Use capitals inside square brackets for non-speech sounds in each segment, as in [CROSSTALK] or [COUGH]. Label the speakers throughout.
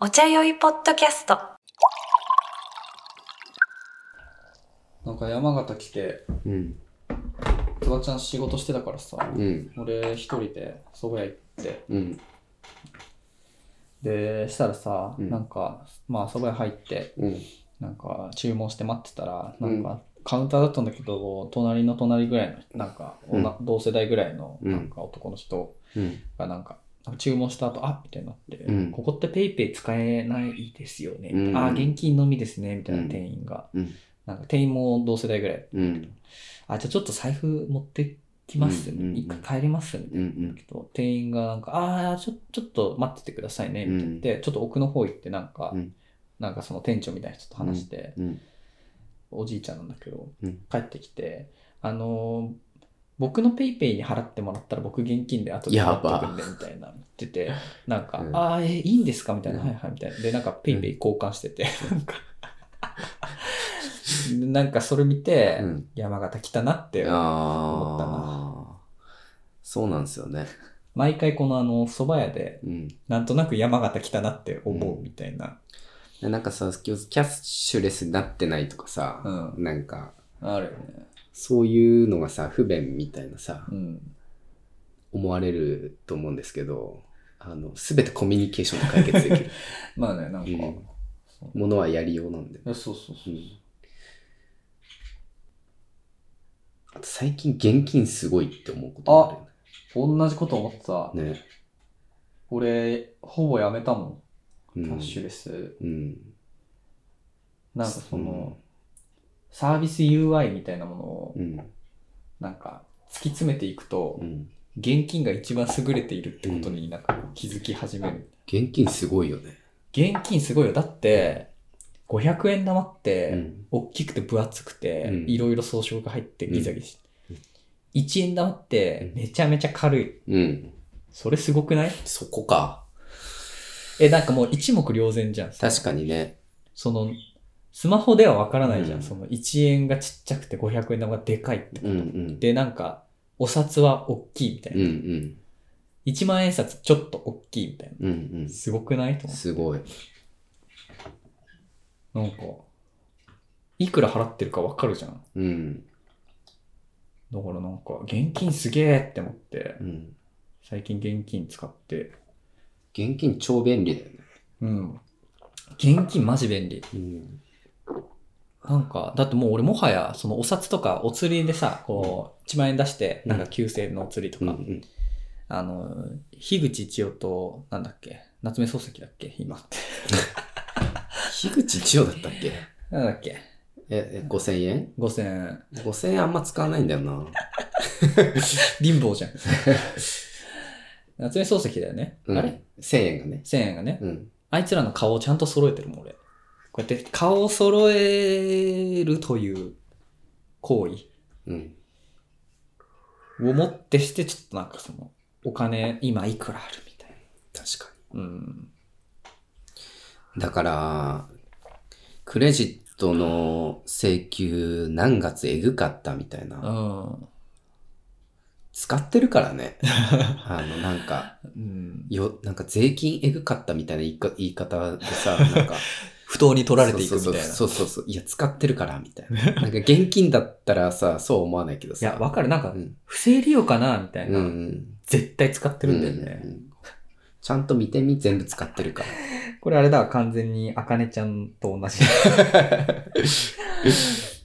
Speaker 1: お茶酔いポッドキャスト
Speaker 2: なんか山形来て、
Speaker 3: うん。
Speaker 2: つばちゃん仕事してたからさ、
Speaker 3: うん。
Speaker 2: 俺一人で蕎麦屋行って、
Speaker 3: うん。
Speaker 2: で、したらさ、
Speaker 3: うん
Speaker 2: なんか、まあ蕎麦屋入って、
Speaker 3: うん。
Speaker 2: なんか注文して待ってたら、な
Speaker 3: うんん
Speaker 2: かカウンターだったんだけど、隣の隣ぐらいの、なんか、
Speaker 3: うん
Speaker 2: 女同世代ぐらいの、
Speaker 3: うん
Speaker 2: なんか男の人
Speaker 3: うん。
Speaker 2: がなんか、なんか注文した後、あみたいになって、
Speaker 3: うん
Speaker 2: ここってペイペイ使えないですよね。
Speaker 3: うん
Speaker 2: あ、現金のみですね、みたいな店員が。
Speaker 3: うん。
Speaker 2: なんか店員も同世代ぐらい。
Speaker 3: うん。
Speaker 2: あ、じゃあちょっと財布持ってきます、
Speaker 3: うんうんうん
Speaker 2: 一回帰ります、みたいな。
Speaker 3: うん。
Speaker 2: けど店員がなんか「ああちょちょっと待っててくださいね」みたいな、
Speaker 3: うん
Speaker 2: でちょっと奥の方行ってなんか、
Speaker 3: うん
Speaker 2: なんかその店長みたいな人と話して、
Speaker 3: うん。
Speaker 2: おじいちゃんなんだけど、
Speaker 3: うん
Speaker 2: 帰ってきて「あのー僕のペイペイに払ってもらったら僕現金で後で払
Speaker 3: やば
Speaker 2: ってくんで」みたいな言っててなんか「
Speaker 3: うん
Speaker 2: ああえいいんですか?」みたいな「
Speaker 3: うん
Speaker 2: はいはい」みたいなでなんかペイペイ交換してて、なんか [LAUGHS] なんかそれ見て、
Speaker 3: うん。
Speaker 2: 山形来たなって思った
Speaker 3: ああ。そうなんですよね。
Speaker 2: 毎回このあの蕎麦屋で
Speaker 3: うん。
Speaker 2: なんとなく山形来たなって思うみたいな、
Speaker 3: でなんかさ、キャッシュレスになってないとかさ、
Speaker 2: う
Speaker 3: なんか、
Speaker 2: あるよね
Speaker 3: そういうのがさ、不便みたいなさ、
Speaker 2: うん
Speaker 3: 思われると思うんですけど、あの、すべてコミュニケーションで解決できる。
Speaker 2: まあねなんか、
Speaker 3: [LAUGHS] うん
Speaker 2: い
Speaker 3: ものはやりようなんで。
Speaker 2: やそうそうそう、
Speaker 3: うんあと最近現金すごいって思うこと
Speaker 2: 同じこと思ってた
Speaker 3: あ、るよね。ね。
Speaker 2: 俺ほぼやめたも
Speaker 3: うんん
Speaker 2: キャッシュレス、
Speaker 3: うん。
Speaker 2: なんかその、サービス UI みたいなものを
Speaker 3: うん。
Speaker 2: なんか突き詰めていくと、
Speaker 3: うん。
Speaker 2: 現金が一番優れているってことになんか気づき始める、
Speaker 3: 現金すごいよね。
Speaker 2: 現金すごいよだって500円玉って、
Speaker 3: うん。
Speaker 2: 大きくて分厚くて、
Speaker 3: うん
Speaker 2: いろいろ装飾が入ってギザギザして、
Speaker 3: うん
Speaker 2: 1円玉って
Speaker 3: うん
Speaker 2: めちゃめちゃ軽い、
Speaker 3: うん。
Speaker 2: それすごく
Speaker 3: [LAUGHS]
Speaker 2: ない
Speaker 3: そこか。
Speaker 2: えなんかもう一目瞭然じゃん
Speaker 3: 確かにね。
Speaker 2: そのスマホでは分からないじゃん、
Speaker 3: うん
Speaker 2: その1円がちっちゃくて500円玉がでかいって、
Speaker 3: うんうん。
Speaker 2: でなんかお札は大きいみたい
Speaker 3: うん
Speaker 2: な、
Speaker 3: うん。
Speaker 2: 1万円札ちょっと大きいみたいな
Speaker 3: うん
Speaker 2: すごくないと
Speaker 3: うん。
Speaker 2: 思
Speaker 3: すごい。
Speaker 2: うなんかいくら払ってるか分かるじゃん
Speaker 3: うん。
Speaker 2: だからなんか現金すげえって思って
Speaker 3: うん。
Speaker 2: 最近現金使って
Speaker 3: 現金超便利だよね。
Speaker 2: うん。現金マジ便利。
Speaker 3: うん。
Speaker 2: なんか、だってもう俺もはや、そのお札とかお釣りでさ、こう、1万円出して、
Speaker 3: うん
Speaker 2: なんか9000円のお釣りと
Speaker 3: うんう
Speaker 2: か、
Speaker 3: ん。
Speaker 2: あの、樋口一葉と、なんだっけ、夏目漱石だっけ、今
Speaker 3: [LAUGHS]
Speaker 2: って。
Speaker 3: 樋口千代だったっけ
Speaker 2: なんだっけ、
Speaker 3: え、え5000円
Speaker 2: 5000円。
Speaker 3: ?5000 円あんま使わないんだよな。
Speaker 2: 貧乏じ
Speaker 3: [LAUGHS]
Speaker 2: ゃん。夏目漱石だよね。
Speaker 3: うん
Speaker 2: あれ
Speaker 3: ?1000 円がね。
Speaker 2: ?1000 円がね。
Speaker 3: うん。
Speaker 2: あいつらの顔をちゃんと揃えてるもん、俺。こうやって顔を揃えるという行為。
Speaker 3: うん。
Speaker 2: をもってして、ちょっとなんかその、お金今いくらあるみたい
Speaker 3: 確か
Speaker 2: な。うん。
Speaker 3: に。だから、クレジットの請求何月えぐかったみたいな。使ってるから [LAUGHS] ね。あの、なんか、
Speaker 2: うん。
Speaker 3: よ、なんか税金えぐかったみたいな言いか言い方でさ、なんか。
Speaker 2: 不当に取られていくみたいな。
Speaker 3: そうそうそうそうそうそう。いや、使ってるから、みたい
Speaker 2: [LAUGHS]
Speaker 3: な。なんか現金だったらさ、そう思わないけど
Speaker 2: い
Speaker 3: さ。
Speaker 2: や、わかる。なんか
Speaker 3: う、ん。
Speaker 2: 不正利用かなみたい
Speaker 3: うんう
Speaker 2: な、
Speaker 3: ん。
Speaker 2: 絶対使ってるんだよ
Speaker 3: う
Speaker 2: ね。
Speaker 3: んうんちゃんと見てみ、全部使ってるから。
Speaker 2: これあれだわ、完全に、あかねちゃんと同じ。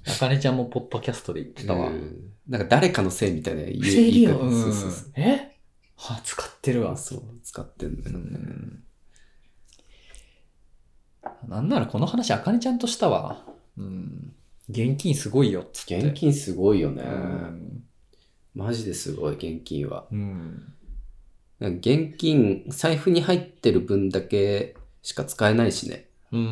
Speaker 2: あかねちゃんもポッドキャストで言ってたわ。
Speaker 3: うんなんか誰かのせいみたいな言い
Speaker 2: 不正利用、
Speaker 3: 言い方
Speaker 2: う
Speaker 3: そ
Speaker 2: ん
Speaker 3: うそうそう。
Speaker 2: えはあ、使ってるわ。
Speaker 3: そう、使ってんだよね。
Speaker 2: なんならこの話、あかねちゃんとしたわ。うん。現金すごいよっつって。
Speaker 3: 現金すごいよね
Speaker 2: う。ん。
Speaker 3: マジですごい、現金は。
Speaker 2: うん。
Speaker 3: なんか現金、財布に入ってる分だけしか使えないしね。
Speaker 2: う。
Speaker 3: うん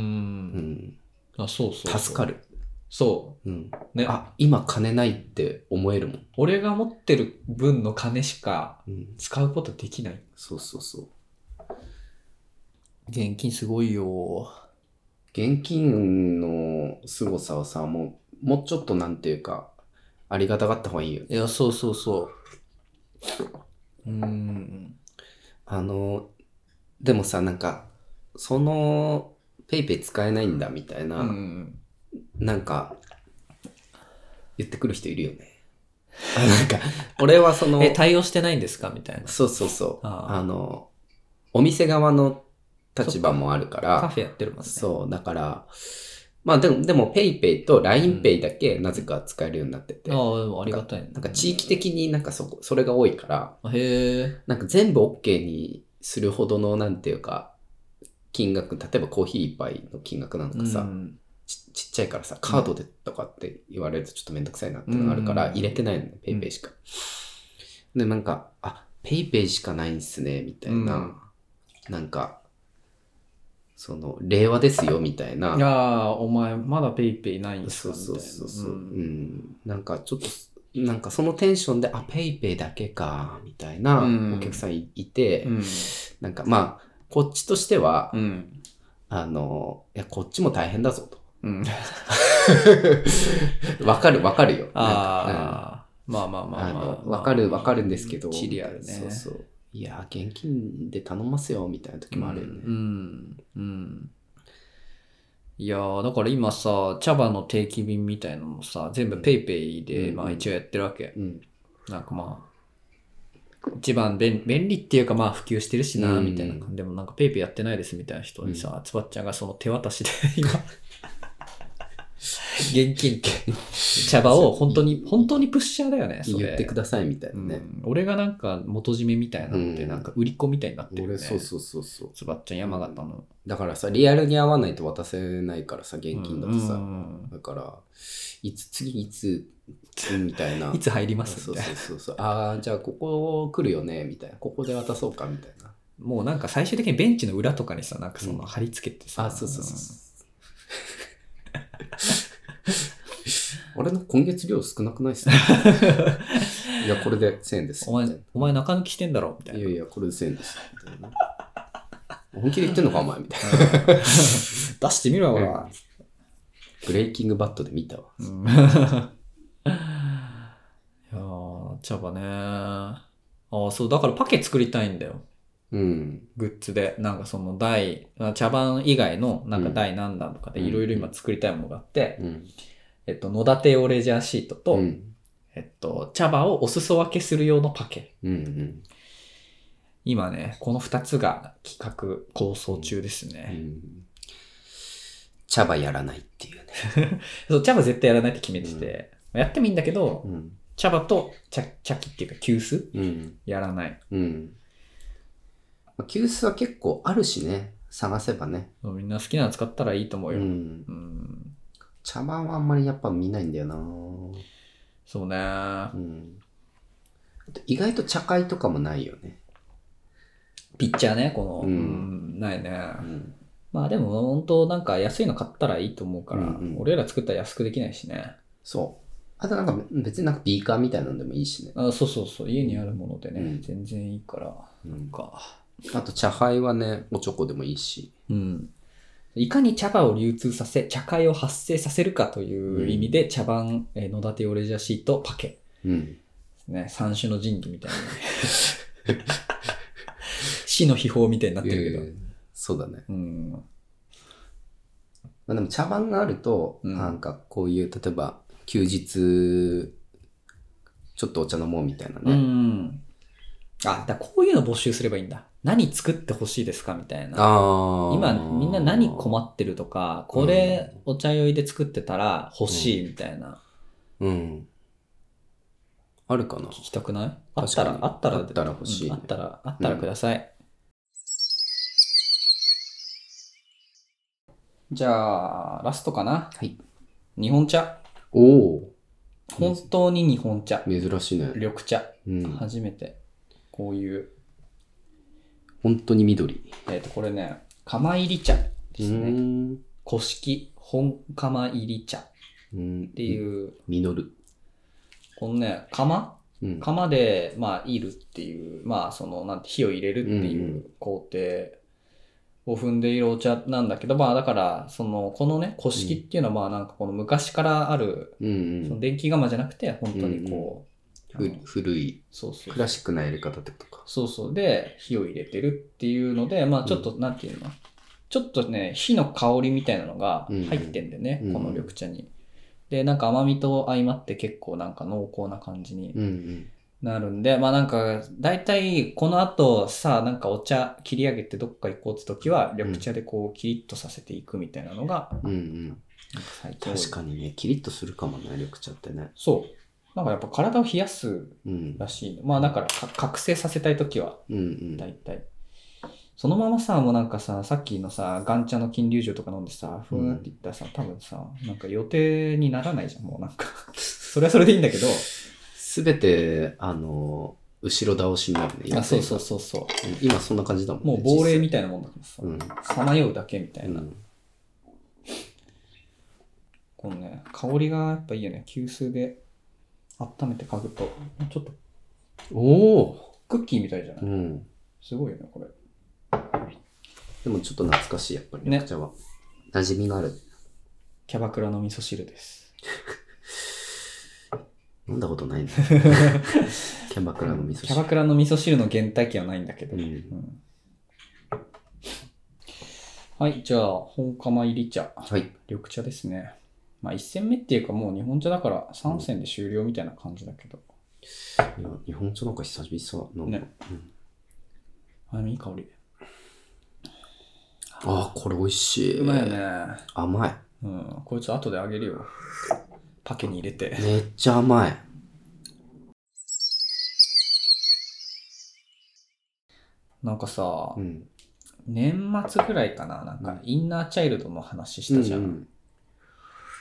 Speaker 3: ん。
Speaker 2: あ、そうそうそう
Speaker 3: 助か。る。
Speaker 2: そ
Speaker 3: うん。
Speaker 2: う。 [LAUGHS] ね、あ、
Speaker 3: あ、今金ないって思えるもん。
Speaker 2: 俺が持ってる分の金しか
Speaker 3: うん。
Speaker 2: 使うことできない。
Speaker 3: そうそうそう。
Speaker 2: 現金すごいよ。
Speaker 3: 現金の凄さをさ、もう、もうちょっとなんていうか、ありがたがった方がいいよね。
Speaker 2: いや、そうそうそう。うん。
Speaker 3: あの、でもさ、なんか、その、ペイペイ使えないんだみたいな、
Speaker 2: うん。
Speaker 3: なんか、言ってくる人いるよね。 [LAUGHS] あなんか、俺はその、
Speaker 2: え、対応してないんですかみたいな。
Speaker 3: そうそうそう。
Speaker 2: あ
Speaker 3: あ
Speaker 2: あ
Speaker 3: の、お店側の立場もあるか
Speaker 2: カ
Speaker 3: ら、
Speaker 2: フェやってるもんね。
Speaker 3: そう、だから、まあでも、でも、ペイペイと LINEPay だけなぜか使えるようになってて、
Speaker 2: ああ、でもありがたいね。
Speaker 3: なんか地域的になんかそこ、それが多いから、
Speaker 2: あへえ。
Speaker 3: なんか全部 OK にするほどの、なんていうか、金額、例えばコーヒー一杯の金額なんかさ、
Speaker 2: うん
Speaker 3: ちちっちゃいからさ、カードでとかって言われるとちょっとめんどくさいなってのがあるか
Speaker 2: う
Speaker 3: ら、
Speaker 2: ん
Speaker 3: 入れてないのね、ペイペイしか。で、なんか、あ、ペイペイしかないんすね、みたいな。なんか、その、令和ですよ、みたい
Speaker 2: いや
Speaker 3: な。
Speaker 2: ー、お前、まだペイペイないんす
Speaker 3: そ
Speaker 2: か
Speaker 3: うそうそうそう。う
Speaker 2: み
Speaker 3: ん。なんか、ちょっと、なんかそのテンションで、あ、ペイペイだけか、みたいうなんお客さんいいて
Speaker 2: たいな、うん。
Speaker 3: なんか、まあ、こっちとしては
Speaker 2: う、ん。
Speaker 3: あの、いや、こっちも大変だぞ、
Speaker 2: [LAUGHS]
Speaker 3: と。
Speaker 2: うん。
Speaker 3: わかる、わかるよ。なんかうん
Speaker 2: ああ、まあまあま
Speaker 3: あ
Speaker 2: あまあ。
Speaker 3: の、わかるわかるんですけど。
Speaker 2: チリあるね。
Speaker 3: そうそう。いやー、現金で頼ますよ、みたいな時もある
Speaker 2: う
Speaker 3: よね。
Speaker 2: ん。うん。いやー、だから今さ、茶葉の定期便みたいなのもさ、全部ペイペイで、
Speaker 3: うん
Speaker 2: まあ一応やってるわけ。
Speaker 3: うん。
Speaker 2: なんかまあ、一番便便利っていうかまあ普及してるしな、
Speaker 3: うん
Speaker 2: みたいな。でもなんかペイペイやってないですみたいな人にさ、つばっちゃんがその手渡しで
Speaker 3: [LAUGHS]
Speaker 2: 今、現金って、茶葉を本当に、本当にプッシャーだよね、それ。
Speaker 3: 言ってください、みたいうなんね。
Speaker 2: 俺がなんか元締めみたいなのって、
Speaker 3: うん
Speaker 2: なんか売り子みたいになってるよね。
Speaker 3: 俺、そうそうそうそう。
Speaker 2: つばっちゃん山形の。
Speaker 3: だからさ、リアルに合わないと渡せないからさ、現金だと
Speaker 2: う
Speaker 3: さ。
Speaker 2: ん
Speaker 3: だから、いつ、次いつ、みたいな。
Speaker 2: いつ入りま
Speaker 3: あ
Speaker 2: す
Speaker 3: そう
Speaker 2: みたい
Speaker 3: そ
Speaker 2: な
Speaker 3: うそうそう。ああ、じゃあここ来るよね、みたいな。ここで渡そうか、みたいな。
Speaker 2: もうなんか最終的にベンチの裏とかにさ、なんかその貼り付けてさ。
Speaker 3: あ、そうそうそう [LAUGHS] そう。あれの今月量少なくないっ
Speaker 2: [LAUGHS]
Speaker 3: すね。いや、これで1000円です。
Speaker 2: お前
Speaker 3: みたい、
Speaker 2: お前中抜きしてんだろみた
Speaker 3: ないい
Speaker 2: な。
Speaker 3: やいや、これで1000円です。みたいな本気で言ってんのか、お前みたい
Speaker 2: [LAUGHS]
Speaker 3: な。
Speaker 2: 出してみろよ、ほ
Speaker 3: う
Speaker 2: ら。
Speaker 3: ブレイキングバットで見たわ。
Speaker 2: うん [LAUGHS] いやー、茶葉ねあーそう、だからパケ作りたいんだよ。
Speaker 3: うん。
Speaker 2: グッズで。なんかその台、茶番以外のなんか台なんだとかで
Speaker 3: うん
Speaker 2: いろいろ今作りたいものがあって、
Speaker 3: うん。
Speaker 2: えっと、野立用レジャーシートと、
Speaker 3: うん。
Speaker 2: えっと、茶葉をお裾分けする用のパケ。
Speaker 3: うんうん。
Speaker 2: 今ね、この2つが企画構想中です
Speaker 3: う
Speaker 2: ね。
Speaker 3: ん。茶葉やらないっていうね。
Speaker 2: そう、茶葉絶対やらないって決めてて、やってもいいんだけど、
Speaker 3: ん。
Speaker 2: 茶葉と茶茶器っていうか急須
Speaker 3: うん。
Speaker 2: やらない。
Speaker 3: うん。まあ急須は結構あるしね。探せばね。
Speaker 2: みんな好きなの使ったらいいと思う
Speaker 3: う
Speaker 2: よ。うん。
Speaker 3: ん。茶碗はあんまりやっぱ見ないんだよなう
Speaker 2: そうね。
Speaker 3: ん。あと意外と茶会とかもないよね。
Speaker 2: ピッチャーね、この。
Speaker 3: うん
Speaker 2: うんないね。
Speaker 3: うん。
Speaker 2: まあでも本当なんか安いの買ったらいいと思うから、
Speaker 3: うんうん
Speaker 2: 俺ら作ったら安くできないしね。
Speaker 3: そう。あとなんか別になんかビーカーみたいなのでもいいしね。
Speaker 2: あそうそうそう、家にあるものでね、
Speaker 3: うん
Speaker 2: 全然いいから。なんか、
Speaker 3: あと茶杯はね、おちょこでもいいし。
Speaker 2: うん。いかに茶葉を流通させ、茶会を発生させるかという意味で、茶番、えー野立オレジャーシート、パケ
Speaker 3: うん。
Speaker 2: ね、三種の神器
Speaker 3: [LAUGHS]
Speaker 2: みたいな。死の秘宝みたいになってるけど。
Speaker 3: えーそうだね。
Speaker 2: うん。
Speaker 3: まあ、でも茶碗があると、
Speaker 2: うん
Speaker 3: なんかこういう、例えば休日、ちょっとお茶飲もうみたいな
Speaker 2: う
Speaker 3: ね。
Speaker 2: ん。あ、だからこういうの募集すればいいんだ。何作ってほしいですかみたいな。
Speaker 3: ああ。
Speaker 2: 今みんな何困ってるとか、これお茶酔いで作ってたら欲しいみたいな。
Speaker 3: うん。あるかな
Speaker 2: 聞きたくないあったら
Speaker 3: 確、か
Speaker 2: あ
Speaker 3: に
Speaker 2: ったら、
Speaker 3: あったら欲しい
Speaker 2: う
Speaker 3: ね
Speaker 2: んあったら、あったらください。じゃあ、ラストかな。
Speaker 3: はい。
Speaker 2: 日本茶。
Speaker 3: おお
Speaker 2: 本当に日本茶。
Speaker 3: 珍しいね。
Speaker 2: 緑茶。
Speaker 3: うん。
Speaker 2: 初めて。こういう。
Speaker 3: 本当に緑。
Speaker 2: えっ、と、これね、釜入り茶です
Speaker 3: う
Speaker 2: ね。
Speaker 3: ん。
Speaker 2: 古式本釜入り茶っ
Speaker 3: うん。って
Speaker 2: いう、
Speaker 3: 実る。
Speaker 2: このね、釜
Speaker 3: うん。
Speaker 2: 釜で、まあ、いるっていう、まあ、その、なんて、火を入れるってい
Speaker 3: んう
Speaker 2: う工程を踏んでいるお茶なんだけど、まあ、だから、その、このね、古式っていうのは、まあ、なんかこの昔からある、
Speaker 3: うんうん
Speaker 2: その電気釜じゃなくて、本当にこう、
Speaker 3: ふ
Speaker 2: あの
Speaker 3: 古い、
Speaker 2: そうそう
Speaker 3: クラシックなやり方ってことか。
Speaker 2: そうそう。で、火を入れてるっていうので、まあちょっと、なんていうの、ちょっとね、火の香りみたいなのが入ってんだよね、
Speaker 3: うん
Speaker 2: この緑茶に。で、なんか甘みと相まって結構なんか濃厚な感じに
Speaker 3: うんうん。
Speaker 2: なるんで、まあなんか、大体この後さ、なんかお茶切り上げてどっか行こうって時は、緑茶でこうキリッとさせていくみたいなのが、
Speaker 3: うんうん。
Speaker 2: なんか最近多い
Speaker 3: 確かにね、キリッとするかもね、緑茶ってね。
Speaker 2: そう。なんかやっぱ体を冷やす
Speaker 3: うん。
Speaker 2: らしいの。まあだからか覚醒させたい時は、
Speaker 3: うんうん。
Speaker 2: 大体。そのままさ、もうなんかさ、さっきのさ、ガン茶の金龍錠とか飲んでさ、ふーんって言ったらさ、多分さ、なんか予定にならないじゃん、もうなんか。それはそれでいいん
Speaker 3: [LAUGHS]
Speaker 2: だけど、
Speaker 3: すべて、あの、後ろ倒しになるね。
Speaker 2: あそうそうそうそ
Speaker 3: うん今そんな感じだもん
Speaker 2: う。
Speaker 3: ね。
Speaker 2: もう亡霊
Speaker 3: 実
Speaker 2: みたいなもんだからさ
Speaker 3: 際。うん。
Speaker 2: さまようだけみたいな。
Speaker 3: うん
Speaker 2: このね、香りがやっぱいいよね。急須で温めて嗅ぐと、ちょっと
Speaker 3: おお、
Speaker 2: クッキーみたいじゃな
Speaker 3: う
Speaker 2: い
Speaker 3: ん、
Speaker 2: すごいよね、これ。
Speaker 3: でもちょっと懐かしい、やっぱり、
Speaker 2: ね
Speaker 3: 緑茶は。馴染みがある。
Speaker 2: キャバクラの味噌汁です。
Speaker 3: 飲んだこと
Speaker 2: [LAUGHS]
Speaker 3: ないね。キャバクラの味噌
Speaker 2: キャバ
Speaker 3: 汁。
Speaker 2: クラの味噌汁の原体験はないんだけど。
Speaker 3: うん
Speaker 2: うんはい、じゃあ、本釜入り茶。
Speaker 3: はい。
Speaker 2: 緑茶ですね。まあ、1戦目っていうか、もう日本茶だから3戦で終了みたいな感じだけど。
Speaker 3: いや日本茶なんか久々飲んだ。
Speaker 2: ね
Speaker 3: うん
Speaker 2: あ、でもいい香り。
Speaker 3: あー、これ美味しい。
Speaker 2: うまいよ。ね。
Speaker 3: 甘い。
Speaker 2: うん、こいつ後であげるよ。パケに入れて。
Speaker 3: めっちゃ甘い。
Speaker 2: なんかさ、
Speaker 3: うん。
Speaker 2: 年末ぐらいかな、なんかインナーチャイルドの話したじゃん。
Speaker 3: うん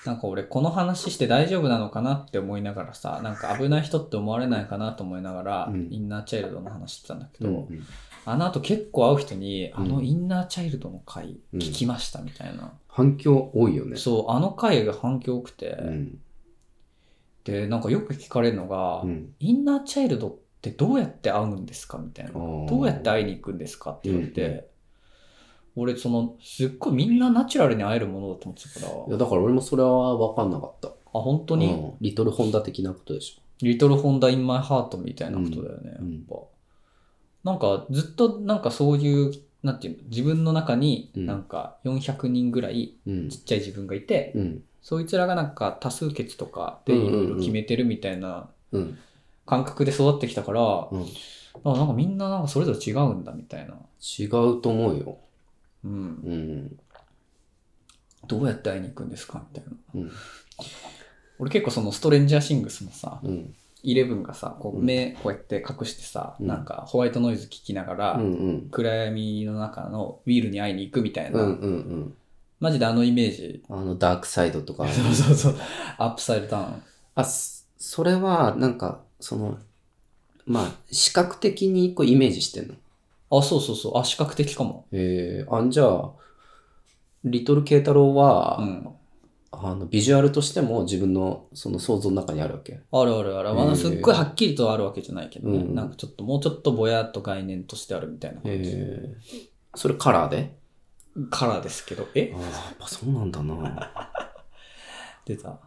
Speaker 2: なんか俺この話して大丈夫なのかなって思いながらさ、なんか危ない人って思われないかなと思いながら、
Speaker 3: うん
Speaker 2: インナーチャイルドの話してたんだけ
Speaker 3: う
Speaker 2: ど、
Speaker 3: んうん
Speaker 2: あの後結構会う人に、
Speaker 3: ん
Speaker 2: あのインナーチャイルドの回聞きましたみたいな。
Speaker 3: 反響多いよね。
Speaker 2: そう、あの回が反響多くて、
Speaker 3: うん。
Speaker 2: で、なんかよく聞かれるのが、
Speaker 3: うん。
Speaker 2: インナーチャイルドってどうやって会うんですかみたいな。
Speaker 3: ど
Speaker 2: どうやって会いに行くんですかって言われて、
Speaker 3: うん
Speaker 2: 俺そのすっごいみんなナチュラルに会えるものだと思ってたから
Speaker 3: いや、だから俺もそれは分かんなかった。
Speaker 2: あ本当に、
Speaker 3: うんリトルホンダ的なことでし
Speaker 2: リトルホンダインマイハートみたいなことだよね、
Speaker 3: うん
Speaker 2: やっぱなんかずっとなんかそういうなんていうの自分の中に
Speaker 3: うん
Speaker 2: なんか400人ぐらい
Speaker 3: ょ。うん
Speaker 2: ち。っちゃい自分がいて、
Speaker 3: うん。
Speaker 2: そいつらがなんか多数決とかでいろいろ決めてるみたいな
Speaker 3: うん。
Speaker 2: 感覚で育ってきたから、
Speaker 3: うん
Speaker 2: あなんかみんななんかそれぞれ違うんだみたいな、
Speaker 3: 違うと思うよ。
Speaker 2: うん、
Speaker 3: うん。
Speaker 2: どうやって会いに行くんですかみたいな
Speaker 3: うん。
Speaker 2: 俺結構そのストレンジャーシングスのさ、
Speaker 3: うん。
Speaker 2: イレブンがさ、こう
Speaker 3: うん
Speaker 2: 目こうやって隠してさ、
Speaker 3: うん
Speaker 2: なんかホワイトノイズ聞きながら、
Speaker 3: うんうん。
Speaker 2: 暗闇の中のウィールに会いに行くみたいな、
Speaker 3: うんうんうん。
Speaker 2: マジであのイメージ。
Speaker 3: あの、ダークサイドとか。
Speaker 2: [LAUGHS] そうそうそう。アップサイドダウン。
Speaker 3: あ、そそれは、なんか、その、まあ、視覚的にこうイメージしてんの。
Speaker 2: あ、そうそうそう。あ、視覚的かも。
Speaker 3: えー、あ、じゃあ、リトル慶太郎は、
Speaker 2: うん。
Speaker 3: あの、ビジュアルとしても自分のその想像の中にあるわけ。
Speaker 2: あるあるある。ま
Speaker 3: へ
Speaker 2: あ、
Speaker 3: ー
Speaker 2: すっごいはっきりとあるわけじゃないけどね。
Speaker 3: うん
Speaker 2: なんかちょっと、もうちょっとぼやっと概念としてあるみたいな感じ。
Speaker 3: えー、それカラーで
Speaker 2: カラーですけど。え
Speaker 3: ああ、やっぱそうなんだな。
Speaker 2: 出た。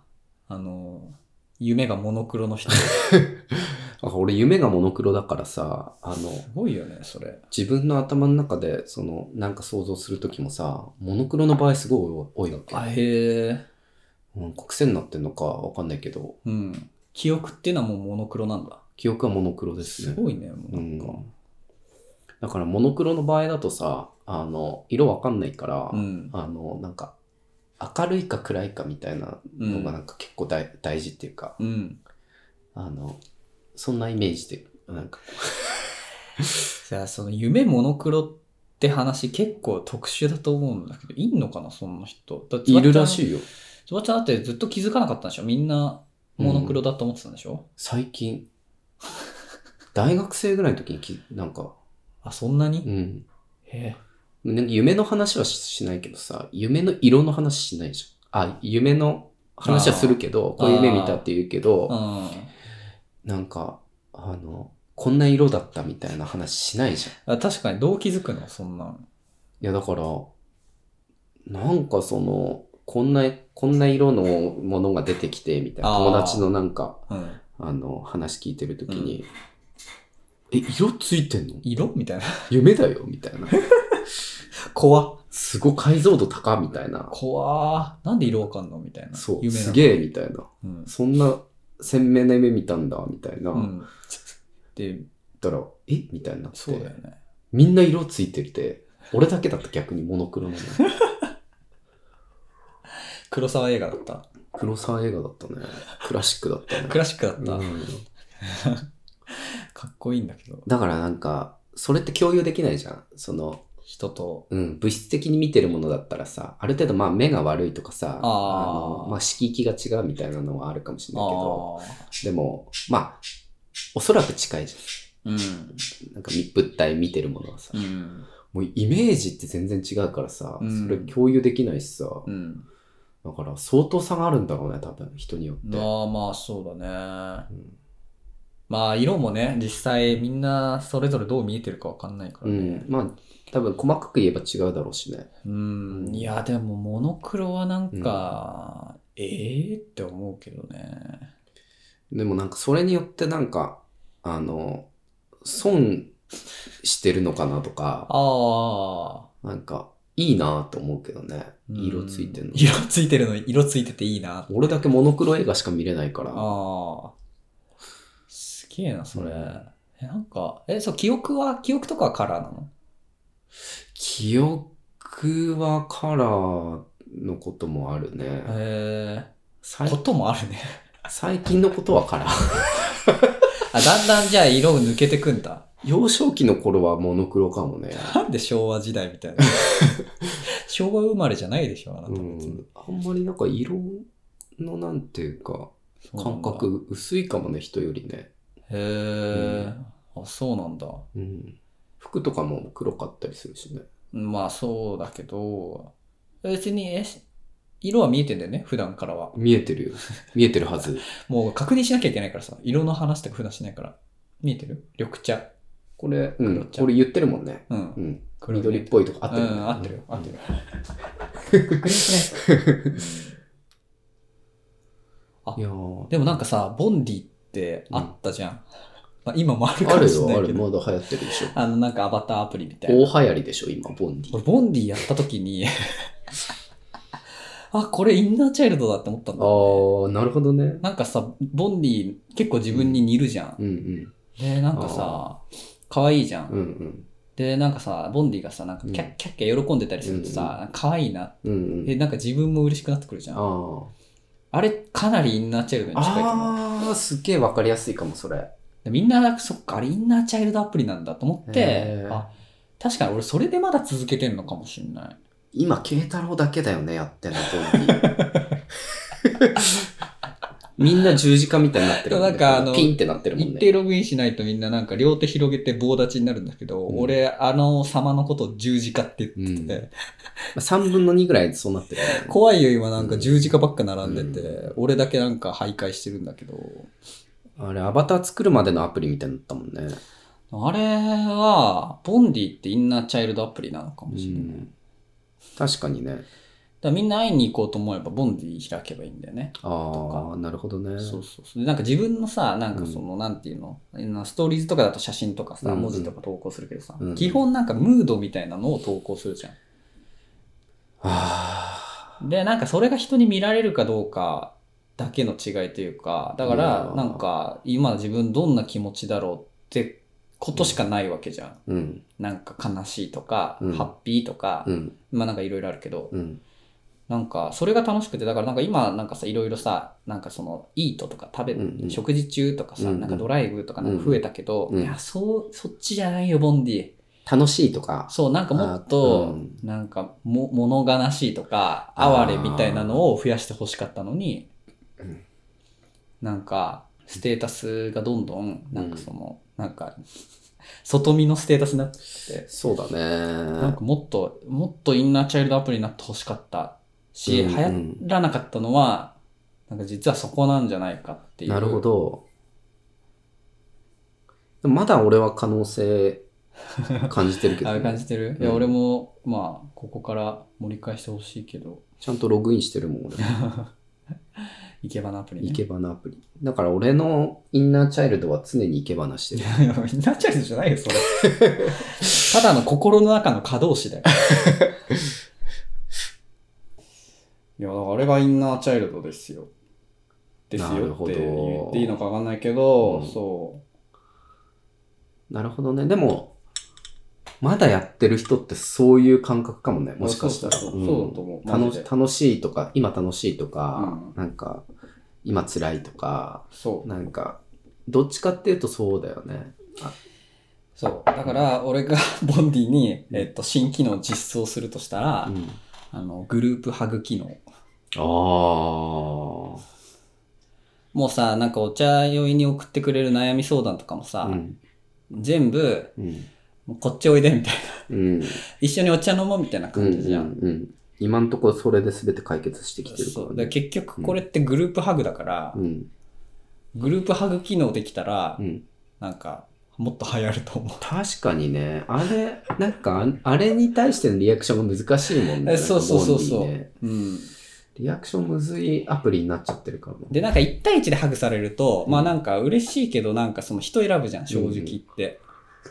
Speaker 2: あの、夢がモノクロ
Speaker 3: [LAUGHS]
Speaker 2: の人。す
Speaker 3: あ俺、夢がモノクロだからさ、あの、
Speaker 2: ごいよね、それ。
Speaker 3: 自分の頭の中で、その、なんか想像するときもさ、モノクロの場合すごい多いわけ。
Speaker 2: あ、へえ。
Speaker 3: うん、国線になってんのかわかんないけど、
Speaker 2: うん。記憶っていうのはもうモノクロなんだ。
Speaker 3: 記憶はモノクロです
Speaker 2: す
Speaker 3: ね。
Speaker 2: ごいね、もうな
Speaker 3: う
Speaker 2: んか。
Speaker 3: ん。だから、モノクロの場合だとさ、あの、色わかんないから、
Speaker 2: うん。
Speaker 3: あの、なんか、明るいか暗いかみたいなのがなんか結構大,、大事っていうか、
Speaker 2: うん。
Speaker 3: あの、そんなイメージで、なんか、
Speaker 2: じゃあ、その夢モノクロって話結構特殊だと思うんだけど、いんのかな、そんな人。だって
Speaker 3: いるらしいよ。
Speaker 2: つばちゃんだってずっと気づかなかったんでしょみんなモノクロだと思ってたんでしょ、
Speaker 3: 最近。大学生ぐらいの時にき、なんか、
Speaker 2: あ、そんなに、
Speaker 3: うん。
Speaker 2: へえ。
Speaker 3: なんか夢の話はししないけどさ、夢の色の話しないじゃん。あ、夢の話はするけど、
Speaker 2: あー
Speaker 3: こういう夢見たって言うけど、
Speaker 2: うん。
Speaker 3: なんか、あの、こんな色だったみたいな話しないじゃん。
Speaker 2: あ確かに、どう気づくのそんなん。
Speaker 3: いや、だから、なんかその、こんな、こんな色のものが出てきて、みたいな、
Speaker 2: あー
Speaker 3: 友達のなんか、
Speaker 2: うん。
Speaker 3: あの、話聞いてるときに、え、色ついてんの
Speaker 2: 色みたいな。 [LAUGHS]
Speaker 3: 夢だよみたいな。
Speaker 2: 怖っ
Speaker 3: すごい解像度高みたいな。
Speaker 2: 怖ーなんで色わかんのみたいな。
Speaker 3: そう、
Speaker 2: 夢なの
Speaker 3: すげえみたいな。
Speaker 2: うん。
Speaker 3: そんな鮮明な夢見たんだ、みたいな。
Speaker 2: うん。で、
Speaker 3: だから、えみたいになって。
Speaker 2: そうだよね。
Speaker 3: みんな色ついてて、俺だけだと逆にモノクロなの。
Speaker 2: 黒沢映画だった。
Speaker 3: 黒沢映画だったね。クラシックだったね。
Speaker 2: クラシックだった。
Speaker 3: うん
Speaker 2: かっこいいんだけど、
Speaker 3: だからなんか、それって共有できないじゃん。その、
Speaker 2: 人と。
Speaker 3: うん、物質的に見てるものだったらさ、ある程度まあ目が悪いとかさ、
Speaker 2: あー
Speaker 3: のまあ色域が違うみたいなのはあるかもしれないけど、
Speaker 2: あ
Speaker 3: でも、まあ、おそらく近いじ
Speaker 2: ー。うん。
Speaker 3: ゃん。なんか密物体見てるものはさ、
Speaker 2: うん。
Speaker 3: もうイメージって全然違うからさ、
Speaker 2: うん
Speaker 3: それ共有できないしさ、
Speaker 2: うん。
Speaker 3: だから相当差があるんだろうね、多分、人によって。
Speaker 2: まあまあ、そうだね。
Speaker 3: うん
Speaker 2: まあ、色もね、実際みんなそれぞれどう見えてるかわかんないから
Speaker 3: う
Speaker 2: ね
Speaker 3: ん。。まあ、多分細かく言えば違うだろうしね。
Speaker 2: うん。
Speaker 3: うん
Speaker 2: いや、でも、モノクロはなんか、ええって思うけどね。
Speaker 3: でもなんかそれによってなんか、あの、損してるのかなとか、
Speaker 2: ああ。
Speaker 3: なんかいいなと思うけどね。
Speaker 2: うん
Speaker 3: 色ついてるの。
Speaker 2: 色ついてるの、色ついてていいな。
Speaker 3: 俺だけモノクロ映画しか見れないから。
Speaker 2: ああ。すげえな、それ。
Speaker 3: うん
Speaker 2: え、なんか、え、そう、記憶は、記憶とかはカラーなの
Speaker 3: 記憶はカラーのこともあるね。
Speaker 2: へえ
Speaker 3: 最
Speaker 2: こともあるね。
Speaker 3: [LAUGHS] 最近のことはカラー。 [LAUGHS]
Speaker 2: あ、だんだんじゃあ色を抜けてくんだ。
Speaker 3: 幼少期の頃はモノクロかもね。
Speaker 2: なんで昭和時代みた
Speaker 3: [LAUGHS]
Speaker 2: いな。昭和生まれじゃないでしょ、あなた
Speaker 3: う
Speaker 2: 別に
Speaker 3: ん、あんまりなんか色のなんていうか、
Speaker 2: そうなん
Speaker 3: 感
Speaker 2: だ
Speaker 3: 覚薄いかもね、人よりね。
Speaker 2: へえ、あ、そうなんだ。
Speaker 3: うん。服とかも黒かったりするしね。
Speaker 2: まあそうだけど、別に、え、色は見えてんだよね、普段からは。
Speaker 3: 見えてるよ。見えてるはず。
Speaker 2: もう確認しなきゃいけないからさ、色の話とか普段しないから。見えてる緑茶。
Speaker 3: これ、う
Speaker 2: 黒
Speaker 3: ん、
Speaker 2: ちゃん
Speaker 3: これ言ってるもんね。
Speaker 2: うん
Speaker 3: う。ん。
Speaker 2: 黒いね
Speaker 3: 緑っぽいとか合ってる、
Speaker 2: うん、合ってるよ、合って
Speaker 3: る。
Speaker 2: る。確認しないと。うん
Speaker 3: いやー
Speaker 2: でもなんかさ、ボンディってあったじゃん。まあ今もある
Speaker 3: あ
Speaker 2: かも
Speaker 3: る
Speaker 2: しれ
Speaker 3: よ、
Speaker 2: な
Speaker 3: あ
Speaker 2: いけ
Speaker 3: る。ま
Speaker 2: ど。
Speaker 3: だ流行ってるでしょ。
Speaker 2: あの、なんかアバターアプリみた
Speaker 3: 大
Speaker 2: い
Speaker 3: 流
Speaker 2: な。
Speaker 3: 行りでしょ、今、ボンディ
Speaker 2: 俺、。ボンディやった時に、あ、これインナーチャイルドだって思ったん
Speaker 3: あ
Speaker 2: だよ
Speaker 3: ー、なるほどね
Speaker 2: ね。。なんかさ、ボンディ結構自分に似るじゃん。
Speaker 3: うんうん。
Speaker 2: で、なんかさ、可愛いじゃん。
Speaker 3: うんうん。
Speaker 2: で、なんかさ、ボンディがさ、なんかキャ
Speaker 3: う
Speaker 2: ッキャッキャ喜んでたりするとさ、可愛いな。
Speaker 3: うんう
Speaker 2: で、
Speaker 3: ん。
Speaker 2: なんか自分も嬉しくなってくるじゃん。
Speaker 3: あ
Speaker 2: あれ、かなりインナーチャイル
Speaker 3: あ。
Speaker 2: ドに近いと思う。
Speaker 3: ああ、すっげえわかりやすいかも、それ。
Speaker 2: でみんな、そっか、あれインナーチャイルドアプリなんだと思って
Speaker 3: へ、ー
Speaker 2: あ、確かに俺それでまだ続けてんのかもしれない。
Speaker 3: 今、慶太郎だけだよね、やってんの、ボンディ。 [LAUGHS] みんな十字架みたいになってるもね
Speaker 2: なんかあの
Speaker 3: ピンってなってるもん
Speaker 2: 一
Speaker 3: ね。
Speaker 2: 定ログインしないとみんななんか両手広げて棒立ちになるんだけど、
Speaker 3: うん
Speaker 2: 俺、あの様のことを十字架って言ってて、
Speaker 3: うん3分の2ぐらいそうなってるよね、
Speaker 2: 怖いよ今なんか十字架ばっか並んでて、
Speaker 3: う
Speaker 2: 俺だけなんか徘徊してるんだけど、
Speaker 3: あれ、アバター作るまでのアプリみたいになったもんね。
Speaker 2: あれは、ボンディってインナーチャイルドアプリなのかもしれない。だ
Speaker 3: 確かにね。
Speaker 2: からみんな会いに行こうと思えば、ボンディ開けばいいんだよね。
Speaker 3: ああ、なるほどね。
Speaker 2: そうそうそう。でなんか自分のさ、なんかその、なんていうの、ストーリーズとかだと写真とかさ、
Speaker 3: うんうん
Speaker 2: 文字とか投稿するけどさ、
Speaker 3: うんうん
Speaker 2: 基本なんかムードみたいなのを投稿するじゃ
Speaker 3: あ
Speaker 2: ん。で、なんかそれが人に見られるかどうかだけの違いというか、だか
Speaker 3: いや
Speaker 2: ら
Speaker 3: ー
Speaker 2: なんか今自分どんな気持ちだろうってことしかないわけじゃん。
Speaker 3: ーうん、
Speaker 2: なんか悲しいとか、
Speaker 3: うん
Speaker 2: ハッピーとか、
Speaker 3: うん、
Speaker 2: まあなんかいろいろあるけど、
Speaker 3: うん、
Speaker 2: なんか、それが楽しくて、だからなんか今、なんかさ、いろいろさ、なんかその、イートとか食べ、
Speaker 3: うんうん
Speaker 2: 食事中とかさ、
Speaker 3: うんうん
Speaker 2: なんかドライブとかなんか増えたけど、
Speaker 3: うんうん
Speaker 2: いや、そう、そっちじゃないよ、ボンディ。
Speaker 3: 楽しいとか。
Speaker 2: そう、なんかもっ
Speaker 3: あう
Speaker 2: と、
Speaker 3: ん
Speaker 2: なんかも、物悲しいとか、
Speaker 3: あー
Speaker 2: 哀れみたいなのを増やしてほしかったのに
Speaker 3: うん、
Speaker 2: なんか、ステータスがどんどん、なんかその、なんか、外見のステータスになってきて、
Speaker 3: そうだ
Speaker 2: なん
Speaker 3: ね
Speaker 2: か。もっと、もっとインナーチャイルドアプリになってほしかったし、
Speaker 3: うんうん
Speaker 2: 流行らなかったのは、なんか実はそこなんじゃないかっていう。
Speaker 3: なるほ。ど。でもまだ俺は可能性感じてるけ
Speaker 2: [LAUGHS]
Speaker 3: ど
Speaker 2: あ
Speaker 3: ね、
Speaker 2: 感じてる、
Speaker 3: うん
Speaker 2: いや、俺も、まあ、ここから盛り返してほしいけど、
Speaker 3: ちゃんとログインしてるもん、俺。
Speaker 2: いけばなアプリね。 [LAUGHS]
Speaker 3: いけばなアプリ。だから俺のインナーチャイルドは常にいけばなしてる。
Speaker 2: いやインナーチャイルドじゃないよ、それ。 [LAUGHS] ただの心の中の可動詞
Speaker 3: [LAUGHS]
Speaker 2: だよ。いや、だからあれがインナーチャイルドですよ。です
Speaker 3: なる
Speaker 2: よっ
Speaker 3: ほ
Speaker 2: て
Speaker 3: ど
Speaker 2: 言っていいのかわかんないけど、
Speaker 3: うん
Speaker 2: そ
Speaker 3: なるほどね。でも、まだやってる人ってそういう感覚かもね。
Speaker 2: う。
Speaker 3: もしかしたら。
Speaker 2: そうそうそう
Speaker 3: うん
Speaker 2: そうだと思う。マ
Speaker 3: 楽
Speaker 2: ジで
Speaker 3: 楽しいとか、今楽しいとか、なんか、今辛いとか、
Speaker 2: そう。
Speaker 3: なんか、どっちかっていうとそうだよね。
Speaker 2: そう。だから、俺がボンディに、
Speaker 3: うん
Speaker 2: えっと、新機能実装するとしたら、
Speaker 3: うん、
Speaker 2: あの、グループハグ機能。
Speaker 3: あ
Speaker 2: もうさ、なんかお茶酔いに送ってくれる悩み相談とかも
Speaker 3: あ。
Speaker 2: さ、
Speaker 3: うん。
Speaker 2: 全部、
Speaker 3: うん。
Speaker 2: もうこっちおいでみたいな。 [LAUGHS]
Speaker 3: うん。
Speaker 2: 一緒にお茶飲もうみたいな感じじゃん。
Speaker 3: うんうんうん、今のところそれで全て解決してきてるか
Speaker 2: そ
Speaker 3: ら、ね
Speaker 2: うだから結局これってグループハグだから、
Speaker 3: うん
Speaker 2: グループハグ機能できたら、
Speaker 3: うん、
Speaker 2: なんかもっと流行ると思
Speaker 3: 確かにねあれなんかああれに対してのリアクションが難しいもん
Speaker 2: う、
Speaker 3: ね
Speaker 2: えそうそうそう
Speaker 3: ボ
Speaker 2: そう、
Speaker 3: ンビーね
Speaker 2: うん、
Speaker 3: リアクションむずいアプリになっちゃってるからね
Speaker 2: でなんか1対1でハグされると、
Speaker 3: うん
Speaker 2: まあなんか嬉しいけどなんかその人選ぶじゃん正直言って、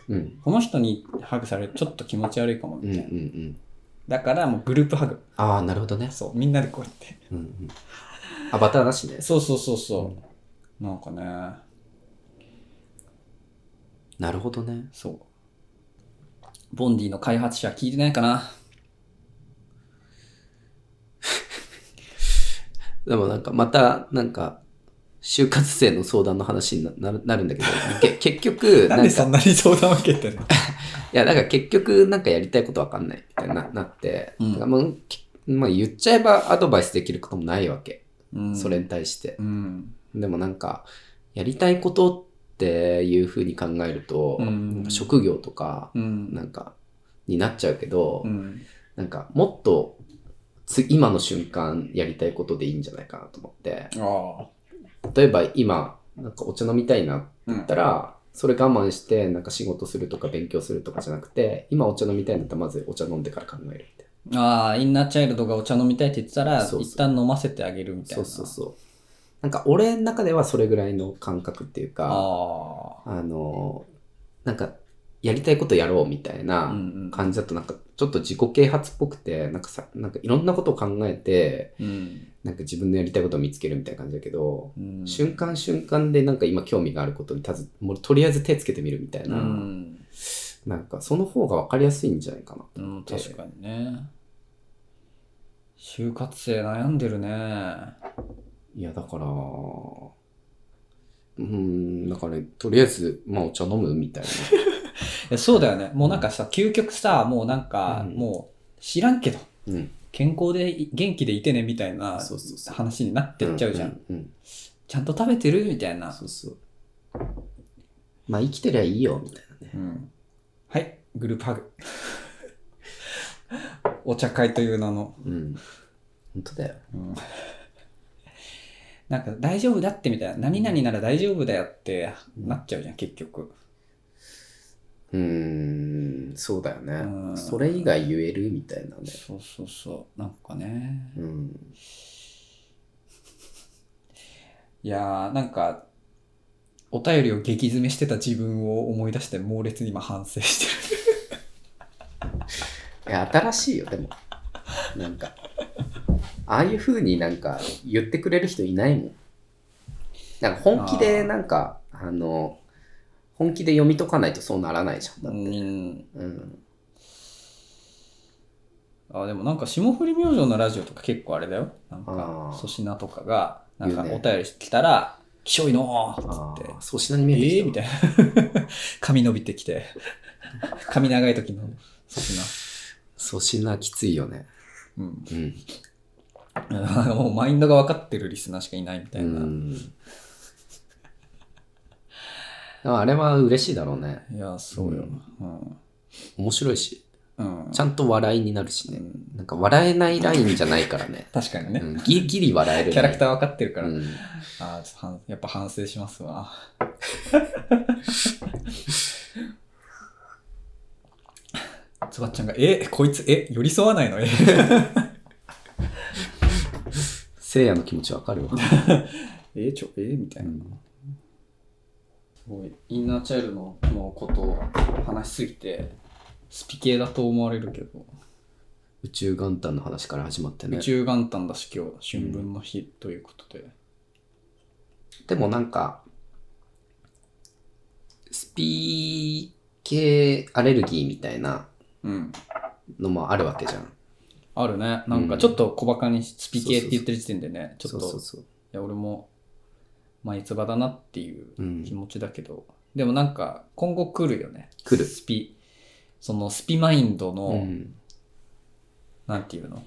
Speaker 3: うん
Speaker 2: この人にハグされるとちょっと気持ち悪いかも
Speaker 3: うんう
Speaker 2: み
Speaker 3: んう
Speaker 2: たいな、
Speaker 3: ん
Speaker 2: だからもうグループハグ
Speaker 3: ああなるほどね、
Speaker 2: そうみんなでこうやって
Speaker 3: うんうん、アバターなしね
Speaker 2: そうそうそうそう、なんかね
Speaker 3: なるほどね
Speaker 2: そうボンディの開発者聞いてないかな
Speaker 3: でもなんかまたなんか就活生の相談の話にななるなるんだけどけ [LAUGHS] 結局
Speaker 2: なんでそんなに相談を受け
Speaker 3: [LAUGHS]
Speaker 2: てんの
Speaker 3: いや、だから結局、なんかやりたいことわかんないみたいにななって、
Speaker 2: うん
Speaker 3: だからもうきまあ言っちゃえばアドバイスできることもないわけ。
Speaker 2: うん
Speaker 3: それに対して。
Speaker 2: うん
Speaker 3: でもなんか、やりたいことっていうふうに考えると、
Speaker 2: うん
Speaker 3: なんか職業とか、
Speaker 2: うん
Speaker 3: なんか、になっちゃうけど、
Speaker 2: うん
Speaker 3: なんか、もっとつ、今の瞬間やりたいことでいいんじゃないかなと思って、
Speaker 2: ああ
Speaker 3: 例えば今、なんかお茶飲みたいなっ
Speaker 2: うん
Speaker 3: ったら、それ我慢して、なんか仕事するとか勉強するとかじゃなくて、今お茶飲みたいんだったらまずお茶飲んでから考えるって。
Speaker 2: ああ、インナーチャイルドがお茶飲みたいって言ってたら、
Speaker 3: そうそう
Speaker 2: 一旦飲ませてあげるみたい
Speaker 3: そ
Speaker 2: な。
Speaker 3: うそうそう。なんか俺の中ではそれぐらいの感覚っていうか、
Speaker 2: あ
Speaker 3: あの、なんかやりたいことやろうみたい
Speaker 2: あ。
Speaker 3: な
Speaker 2: うん
Speaker 3: 感じだとなんかちょっと自己啓発っぽくて、なんかさ、なんかいろんなことを考えて、
Speaker 2: うん。
Speaker 3: なんか自分のやりたいことを見つけるみたいな感じだけど、
Speaker 2: うん。
Speaker 3: 瞬間瞬間でなんか今興味があることにたず、もうとりあえず手つけてみるみたいな、
Speaker 2: うん。
Speaker 3: なんかその方が分かりやすいんじゃないかな。
Speaker 2: うん、確かにね。就活生悩んでるね。
Speaker 3: いや、だから、うーん、だから、とりあえず、まあ、お茶飲むみたい [LAUGHS]
Speaker 2: いやそうだよね。もうなんかさ、究極さ、もうなんか、
Speaker 3: うん
Speaker 2: もう知らんけど、
Speaker 3: な。うん。
Speaker 2: 健康でい元気でいてねみたいな
Speaker 3: そうそうそう
Speaker 2: 話になってっちゃうじゃん。。
Speaker 3: うんうん。
Speaker 2: ちゃんと食べてるみたいな。
Speaker 3: そうそう。まあ、生きてりゃいいよ、みたいなね。
Speaker 2: うん。はい、グループハグ。 [LAUGHS] お茶会という名の。
Speaker 3: うん。本当だよ。
Speaker 2: うんなんか大丈夫だってみたいな、何々なら大丈夫だよってなっちゃうじゃん、結局。
Speaker 3: うーん、そうだよ
Speaker 2: う
Speaker 3: ね。
Speaker 2: ん
Speaker 3: それ以外言えるみたいなね。
Speaker 2: そうそうそう、なんかね。
Speaker 3: うん。
Speaker 2: いやー、なんか、お便りを激詰めしてた自分を思い出して猛烈に今反省してる。
Speaker 3: いや、新しいよ、でも。なんか、ああいう風になんか言ってくれる人いないもん。なんか本気で、なんか、あの、本気で読み解かないとそうならないじゃん。だって
Speaker 2: うん。
Speaker 3: うん。
Speaker 2: あ、でもなんか霜降り明星のラジオとか結構あれだよ。なん
Speaker 3: あ
Speaker 2: か
Speaker 3: ー、
Speaker 2: 粗品とかが、なんか
Speaker 3: 言う
Speaker 2: お
Speaker 3: ね
Speaker 2: 便り来たら、きしょいの
Speaker 3: あ
Speaker 2: ーっつって
Speaker 3: あ、。粗品に見えてきた。
Speaker 2: ええみたいな。 [LAUGHS] 髪伸びてきて。髪長い時の粗品。
Speaker 3: 粗品きついよね。
Speaker 2: うん。
Speaker 3: うん。
Speaker 2: もうマインドが分かってるリスナーしかいないみた
Speaker 3: う
Speaker 2: いな。
Speaker 3: ん。でもあれは嬉しいだろうね。
Speaker 2: いや、そうよ。うん。
Speaker 3: 面白いし、
Speaker 2: うん。
Speaker 3: ちゃんと笑いになるしね。
Speaker 2: うん
Speaker 3: なんか笑えないラインじゃないからね。
Speaker 2: 確かに
Speaker 3: う
Speaker 2: ね。
Speaker 3: ん、ギリギリ笑える。
Speaker 2: キャラクター分かってるから。
Speaker 3: うん
Speaker 2: ああ、ちょっと反やっぱ反省します [LAUGHS] わ。つばっちゃんが、え、こいつ、え、寄り添わないのえ。
Speaker 3: せいやの気持ちわかるわ。
Speaker 2: [LAUGHS] え、ちょ、えみたいな。
Speaker 3: うん
Speaker 2: すごいインナーチャイルドのことを話しすぎてスピ系だと思われるけど、
Speaker 3: 宇宙元旦の話から始まってね
Speaker 2: 宇宙元旦だし今日春分の日ということで、
Speaker 3: でもなんかスピー系アレルギーみたいな
Speaker 2: うん、
Speaker 3: のもあるわけじゃん
Speaker 2: あるねなんかちょっと小バカにスピ系って言ってる時点でねちょっと
Speaker 3: そうそうそう
Speaker 2: いや俺も前つばだなっていう
Speaker 3: うん
Speaker 2: 気持ちだけど、でもなんか今後来るよね
Speaker 3: 来る
Speaker 2: スピそのスピマインドの、
Speaker 3: うん
Speaker 2: なんていうの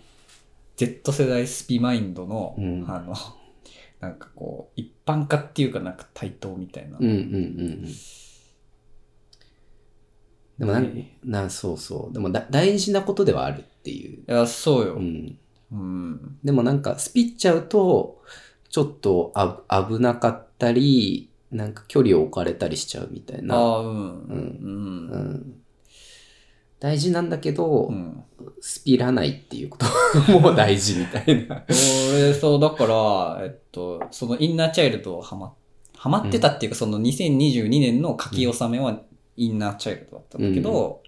Speaker 2: Z 世代スピマインドの、
Speaker 3: うん
Speaker 2: あの [LAUGHS] なんかこう一般化っていうかなんか対等みたいな、
Speaker 3: うんうんうんうんでもなん
Speaker 2: ね
Speaker 3: なそうそうでもだ大事なことではあるっていう、
Speaker 2: いやそうよ、う
Speaker 3: うんん、でもなんかスピっちゃうとちょっとあ危なかったりなんか距離を置かれたりしちゃうみたい
Speaker 2: あ
Speaker 3: な、
Speaker 2: あうん
Speaker 3: ううんん、大事なんだけど、
Speaker 2: うん、うん、
Speaker 3: スピらないっていうこと [LAUGHS] も大事みたいな
Speaker 2: 俺そうだからえっとそのインナーチャイルドハマハマってたっていうか、その2022年の書き納めはインナーチャイルドだったんだけど、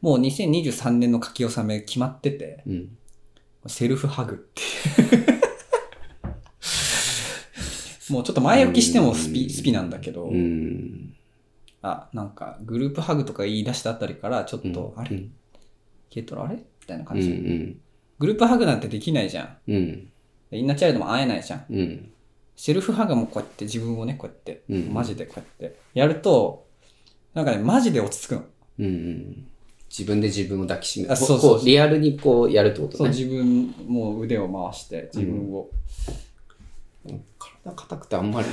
Speaker 2: もう2023年の書き納め決まってて
Speaker 3: うん
Speaker 2: セルフハグってい
Speaker 3: [LAUGHS]
Speaker 2: うもうちょっと前置きしてもス
Speaker 3: うん
Speaker 2: ピスピなんだけど、
Speaker 3: うん
Speaker 2: あなんかグループハグとか言い出したあたりからちょっと、あ
Speaker 3: う
Speaker 2: れ
Speaker 3: ん
Speaker 2: 消えとるあれみたいな
Speaker 3: う
Speaker 2: 感じ、
Speaker 3: ん
Speaker 2: グループハグなんてできないじゃん
Speaker 3: うん
Speaker 2: インナーチャイルドも会えないじゃん
Speaker 3: うん
Speaker 2: セルフハグもこうやって自分をね、こうやって、
Speaker 3: うん
Speaker 2: マジでこうやって、やると、なんかね、マジで落ち着くの。
Speaker 3: うんうん自分で自分を抱きしめ
Speaker 2: あ
Speaker 3: こ
Speaker 2: そうそうそう
Speaker 3: こリアルにこうやるってこと
Speaker 2: そう、
Speaker 3: ね
Speaker 2: 自分、もう腕を回して、自分を、
Speaker 3: 体硬くてあんまり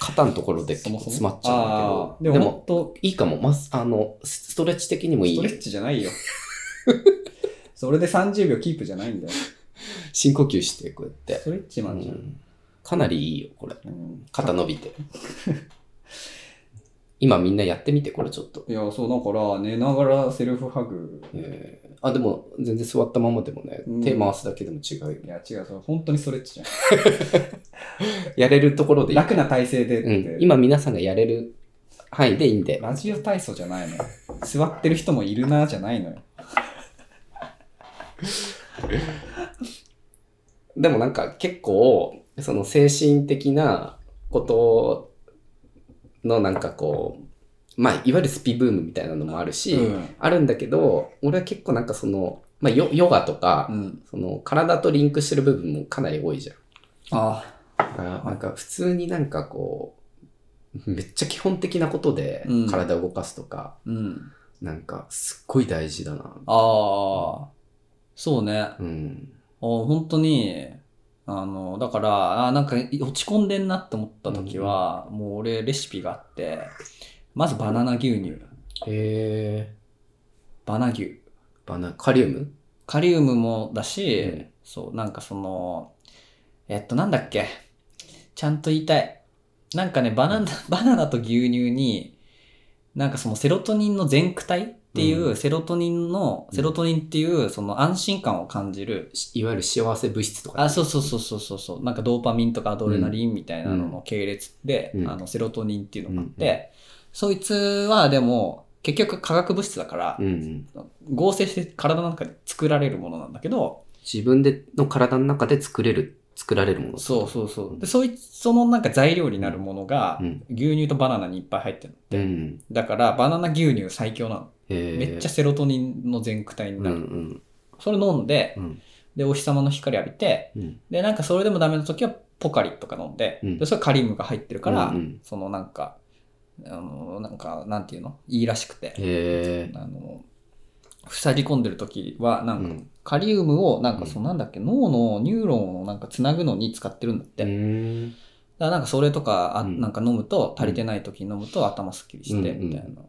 Speaker 3: 肩のところ
Speaker 2: [LAUGHS]
Speaker 3: で
Speaker 2: そもそも。
Speaker 3: 詰まっちゃうんだけど
Speaker 2: あーでも、
Speaker 3: で
Speaker 2: も
Speaker 3: も
Speaker 2: っと、
Speaker 3: いいかも、ま、すあのスストレッチ的にもい
Speaker 2: ストレ
Speaker 3: い
Speaker 2: ッチじゃ
Speaker 3: [LAUGHS]
Speaker 2: ないよ。それで30秒キープじゃないんだよ。
Speaker 3: 深呼吸してこうやって
Speaker 2: ス、トレッチマンじゃ。
Speaker 3: うんんかなりいいよこれ
Speaker 2: うん
Speaker 3: 肩伸
Speaker 2: [LAUGHS]
Speaker 3: びて今みんなやってみてこれちょっと、
Speaker 2: いや、そう、だから、寝ながらセルフハグ。
Speaker 3: えーあでも全然座ったままでもね、
Speaker 2: うん
Speaker 3: 手回すだけでも違うよ
Speaker 2: いや、違う、それ本当にストレッチじゃん。
Speaker 3: やれるところでいい
Speaker 2: 楽な体勢でっ
Speaker 3: う
Speaker 2: て、
Speaker 3: ん、今皆さんがやれる範囲でいいんで
Speaker 2: ラジオ体操じゃないのよ。座ってる人もいるな、じゃないのよ。
Speaker 3: でもなんか結構その精神的なことのなんかこうまあいわゆるスピブームみたいなのもあるし、
Speaker 2: うん
Speaker 3: あるんだけど俺は結構なんかその、まあ、ヨヨガとか、
Speaker 2: うん。
Speaker 3: その体とリンクしてる部分もかなり多いじゃん。
Speaker 2: ああ。
Speaker 3: だからなんか普通になんかこうめっちゃ基本的なことで
Speaker 2: うん
Speaker 3: 体を動かすとか、
Speaker 2: うん。
Speaker 3: なんかすっごい大事だな。
Speaker 2: ああ、そうね。あ
Speaker 3: うん。
Speaker 2: 本当に、あの、だから、あなんかい落ち込んでんなって思った時は、もう俺レシピがあって、まずバナナ牛乳、
Speaker 3: へえ。
Speaker 2: バナ牛。
Speaker 3: バナカリウム
Speaker 2: カリウムもだし、
Speaker 3: うん
Speaker 2: そう、なんかその、えっと、なんだっけ。ちゃんと言いたい。なんかね、バナナ、バナナと牛乳に、なんかそのセロトニンの全駆体っていう、
Speaker 3: うん
Speaker 2: セロトニンの、セロトニンっていう、その安心感を感じる、
Speaker 3: しいわゆる幸せ物質とか。
Speaker 2: あそうそうそうそうそうそうなんかドーパミンとかアドレナリンみたいなのの系列で、
Speaker 3: うん
Speaker 2: あのセロトニンっていうのがあって、
Speaker 3: うんう
Speaker 2: そいつはでも結局化学物質だから
Speaker 3: う、ん。
Speaker 2: 合成して体の中で作られるものなんだけど
Speaker 3: 自分での体の中で作れる、作られるもの。
Speaker 2: そうそうそううんでそいつそのなんか材料になるものが、
Speaker 3: うん。
Speaker 2: 牛乳とバナナにいっぱい入ってるの
Speaker 3: うん。
Speaker 2: だからバナナ牛乳最強なの、
Speaker 3: へえ。
Speaker 2: めっちゃセロトニンの全駆体に
Speaker 3: うんう
Speaker 2: なる、
Speaker 3: ん。
Speaker 2: それ飲んで
Speaker 3: うん。
Speaker 2: でお日様の光浴びて
Speaker 3: うん。
Speaker 2: でなんかそれでもダメな時はポカリとか飲んで,、
Speaker 3: うん
Speaker 2: でそれカリウムが入ってるから、
Speaker 3: うんうん
Speaker 2: そのなんかあのなんかなんていうのいいらしくて、
Speaker 3: へえ。
Speaker 2: あの塞ぎ込んでる時はな
Speaker 3: うん
Speaker 2: か
Speaker 3: ん。
Speaker 2: カリウムをなんかそ
Speaker 3: うん
Speaker 2: のなんだっけ、脳のニューロンをなんかつなぐのに使ってるんだって、だ
Speaker 3: う
Speaker 2: か
Speaker 3: ん。
Speaker 2: らなんかそれとかあ
Speaker 3: うん
Speaker 2: なんか飲むと足りてない時に飲むと頭すっきりして
Speaker 3: うん
Speaker 2: みたいな、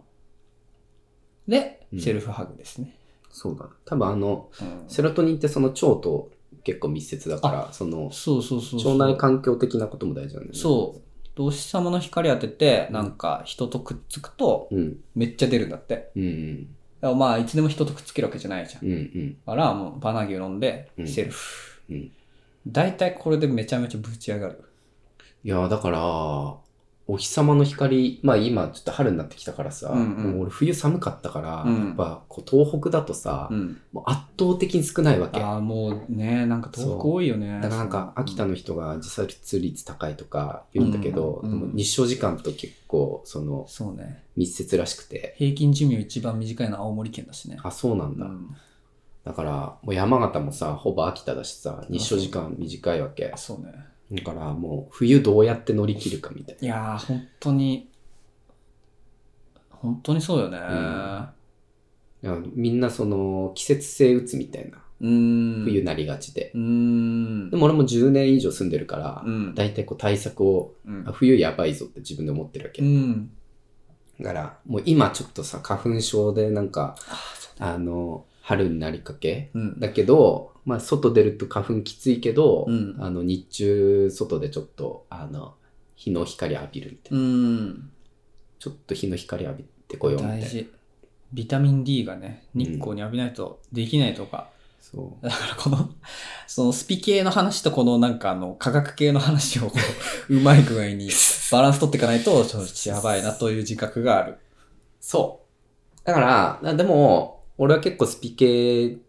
Speaker 2: で
Speaker 3: うん
Speaker 2: セルフハグですね、
Speaker 3: そうだ。多分あの、
Speaker 2: うん
Speaker 3: セロトニンってその腸と結構密接だから、その、
Speaker 2: そうそうそうそう
Speaker 3: 腸内環境的なことも大事なんだよね。
Speaker 2: そう。お日様の光当てて、なんか人とくっつくと、
Speaker 3: う。うん。
Speaker 2: めっちゃ出るんだって。
Speaker 3: うんうん。
Speaker 2: だからまあ、いつでも人とくっつけるわけじゃないじゃん。
Speaker 3: う
Speaker 2: だ
Speaker 3: んうん。
Speaker 2: から、もうバナ牛飲んで
Speaker 3: う、ん
Speaker 2: セルフ
Speaker 3: うん。
Speaker 2: 大体これでめちゃめちゃぶち上がる。
Speaker 3: いや、だから、お日様の光、まあ今ちょっと春になってきたからさ、
Speaker 2: うんうん
Speaker 3: もう俺冬寒かったから、
Speaker 2: うん
Speaker 3: やっぱこう東北だとさ、
Speaker 2: うん。
Speaker 3: もう圧倒的に少ないわけ。だ
Speaker 2: ああ、もうね、なんか東北多いよね。
Speaker 3: からなんか秋田の人が自殺率高いとか言うんだけど、
Speaker 2: うんうん
Speaker 3: でも日照時間と結構その
Speaker 2: そうね。
Speaker 3: 密接らしくて、
Speaker 2: 平均寿命一番短いのは青森県だしね。
Speaker 3: あ、そうなんだ。
Speaker 2: うん
Speaker 3: だからもう山形もさ、ほぼ秋田だしさ、日照時間短いわけ。
Speaker 2: そうね。
Speaker 3: だからもう冬どうやって乗り切るかみたい
Speaker 2: いやー、本当に、本当にそうよね。
Speaker 3: な。いやみんなその季節性うつみたいな、
Speaker 2: うん。
Speaker 3: 冬なりがちで。
Speaker 2: うーん。
Speaker 3: でも俺も10年以上住んでるから、
Speaker 2: うん。
Speaker 3: 大体こう対策を、
Speaker 2: うん
Speaker 3: あ冬やばいぞって自分で思ってるわけ。
Speaker 2: うん。
Speaker 3: だから、もう今ちょっとさ、花粉症でなんか、あの、春になりかけ
Speaker 2: うん。
Speaker 3: だけど、まあ、外出ると花粉きついけど、
Speaker 2: うん
Speaker 3: あの、日中、外でちょっと、あの、日の光浴びるみたい
Speaker 2: う
Speaker 3: な。
Speaker 2: ん。
Speaker 3: ちょっと日の光浴びてこようみた
Speaker 2: 大
Speaker 3: いな。
Speaker 2: 事。ビタミン D がね、日光に浴びないとできないとか。
Speaker 3: そう。
Speaker 2: だからこの、 [LAUGHS] そのスピ系の話とこのなんかあの、科学系の話をこ
Speaker 3: [LAUGHS]
Speaker 2: う、うまい具合にバランス取っていかないと、ちょっとやばいなという自覚がある。
Speaker 3: そう。だから、なでも、俺は結構スピ系好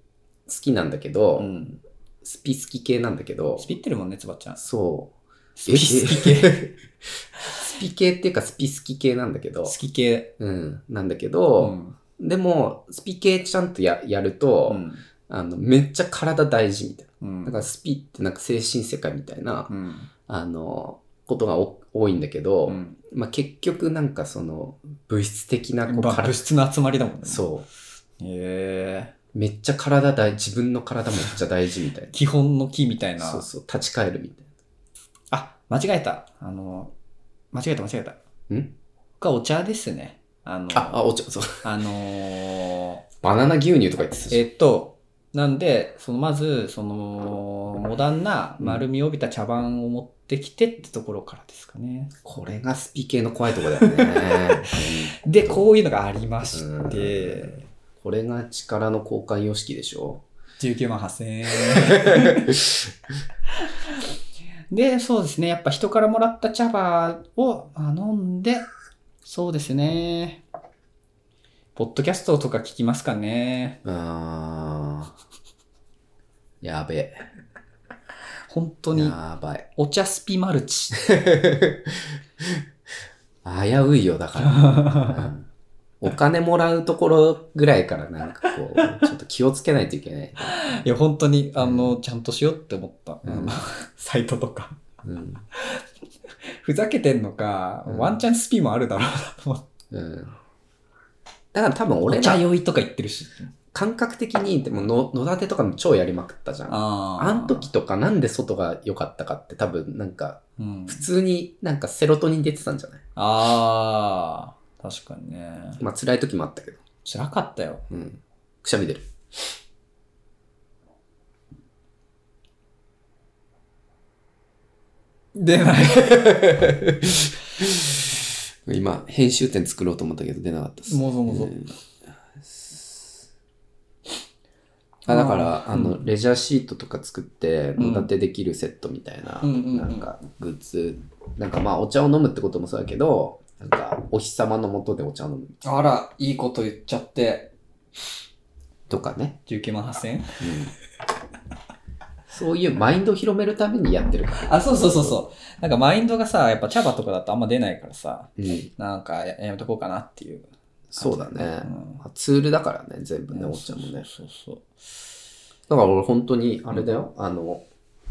Speaker 3: きなんだけど、
Speaker 2: うん。
Speaker 3: スピ好き系なんだけど、
Speaker 2: スピってるもんね、つばちゃん。
Speaker 3: そう。
Speaker 2: スピ好き系。
Speaker 3: 系スピ系っていうかスピ好き系なんだけど
Speaker 2: 好、き系。
Speaker 3: うん、なんだけ
Speaker 2: う
Speaker 3: ど、
Speaker 2: ん。
Speaker 3: でも、スピ系ちゃんとややると、
Speaker 2: うん。
Speaker 3: あの、めっちゃ体大事みたいな。
Speaker 2: うん
Speaker 3: だからスピってなんか精神世界みたいな、
Speaker 2: うん。
Speaker 3: あの、ことがお多いんだけど、
Speaker 2: うん。
Speaker 3: まあ結局なんかその、物質的なこう
Speaker 2: まあ
Speaker 3: 体
Speaker 2: 物質の集まりだもんね。。
Speaker 3: そう
Speaker 2: へえ。
Speaker 3: う。めっちゃ体大、自分の体めっちゃ大事みたい
Speaker 2: 基本の木みたい
Speaker 3: な。
Speaker 2: な。
Speaker 3: そうそう、立ち返るみたい
Speaker 2: あ、間違えた。あの、間違えた間違えた。
Speaker 3: な。ん
Speaker 2: 僕はお茶ですね。あの、
Speaker 3: あ、あ、お茶、そう。
Speaker 2: あのー
Speaker 3: バナナ牛乳とか言ってたじゃん
Speaker 2: えっと、なんで、そのまず、その、モダンな丸みを帯びた茶碗を持ってきてってところからですかね。
Speaker 3: これがスピ系の怖いとこだよ [LAUGHS] ね。
Speaker 2: で、こういうのがありまし
Speaker 3: うん
Speaker 2: て、
Speaker 3: これが力の交換様式でしょ。
Speaker 2: 19万8000円。 [LAUGHS] で、そうですね。やっぱ人からもらった茶葉をまあ飲んで、そうですね。ポッドキャストとか聞きますかね。
Speaker 3: あーやべえ。
Speaker 2: 本当に、
Speaker 3: やばい。
Speaker 2: お茶スピマル [LAUGHS] チ。
Speaker 3: 危ういよ、だから、うんお金もらうところぐらいからなんかこう、ちょっと気をつけないといけない。
Speaker 2: いや、本当に、あの、ちゃんとしようって思った。
Speaker 3: うん
Speaker 2: [LAUGHS] サイトとか。
Speaker 3: うん。
Speaker 2: ふざけてんのか、
Speaker 3: うん
Speaker 2: ワンチャンスピもあるだろうなと思って。
Speaker 3: うん。だから多分俺
Speaker 2: お茶
Speaker 3: ら
Speaker 2: 酔いとか言ってるし。
Speaker 3: 感覚的に、でもの野立てとかも超やりまくったじゃん。あ
Speaker 2: あ
Speaker 3: ん時、とかなんで外が良かったかって多分なんか
Speaker 2: うん
Speaker 3: 普通になんかセロトニン出てたんじゃない
Speaker 2: ああ、確かにね。
Speaker 3: まあ辛い時もあったけど。
Speaker 2: 辛かったよ。
Speaker 3: うん。くしゃみ出る。
Speaker 2: 出 [LAUGHS] ない。
Speaker 3: 今、編集点作ろうと思ったけど出なかったです。
Speaker 2: もぞもぞ
Speaker 3: うんあだから、
Speaker 2: まあ
Speaker 3: あの、レジャーシートとか作って、
Speaker 2: うん
Speaker 3: 野立てできるセットみたいな、
Speaker 2: うんうんうん
Speaker 3: なんか、グッズ、なんかまあ、お茶を飲むってこともそうだけど、なんか、お日様の下でお茶を飲む
Speaker 2: あら、いいこと言っちゃって。
Speaker 3: とかね。
Speaker 2: 19万8000円
Speaker 3: [LAUGHS] そういうマインドを広めるためにやってるから。
Speaker 2: あ、そうそうそうそう。なんかマインドがさ、やっぱ茶葉とかだとあんま出ないからさ、
Speaker 3: うん。
Speaker 2: なんかややめとこうかなっていう。
Speaker 3: そうだね
Speaker 2: うん。
Speaker 3: まあツールだからね、全部ね、お茶もね。
Speaker 2: そうそうそう。
Speaker 3: だから俺本当にあれだよ、あの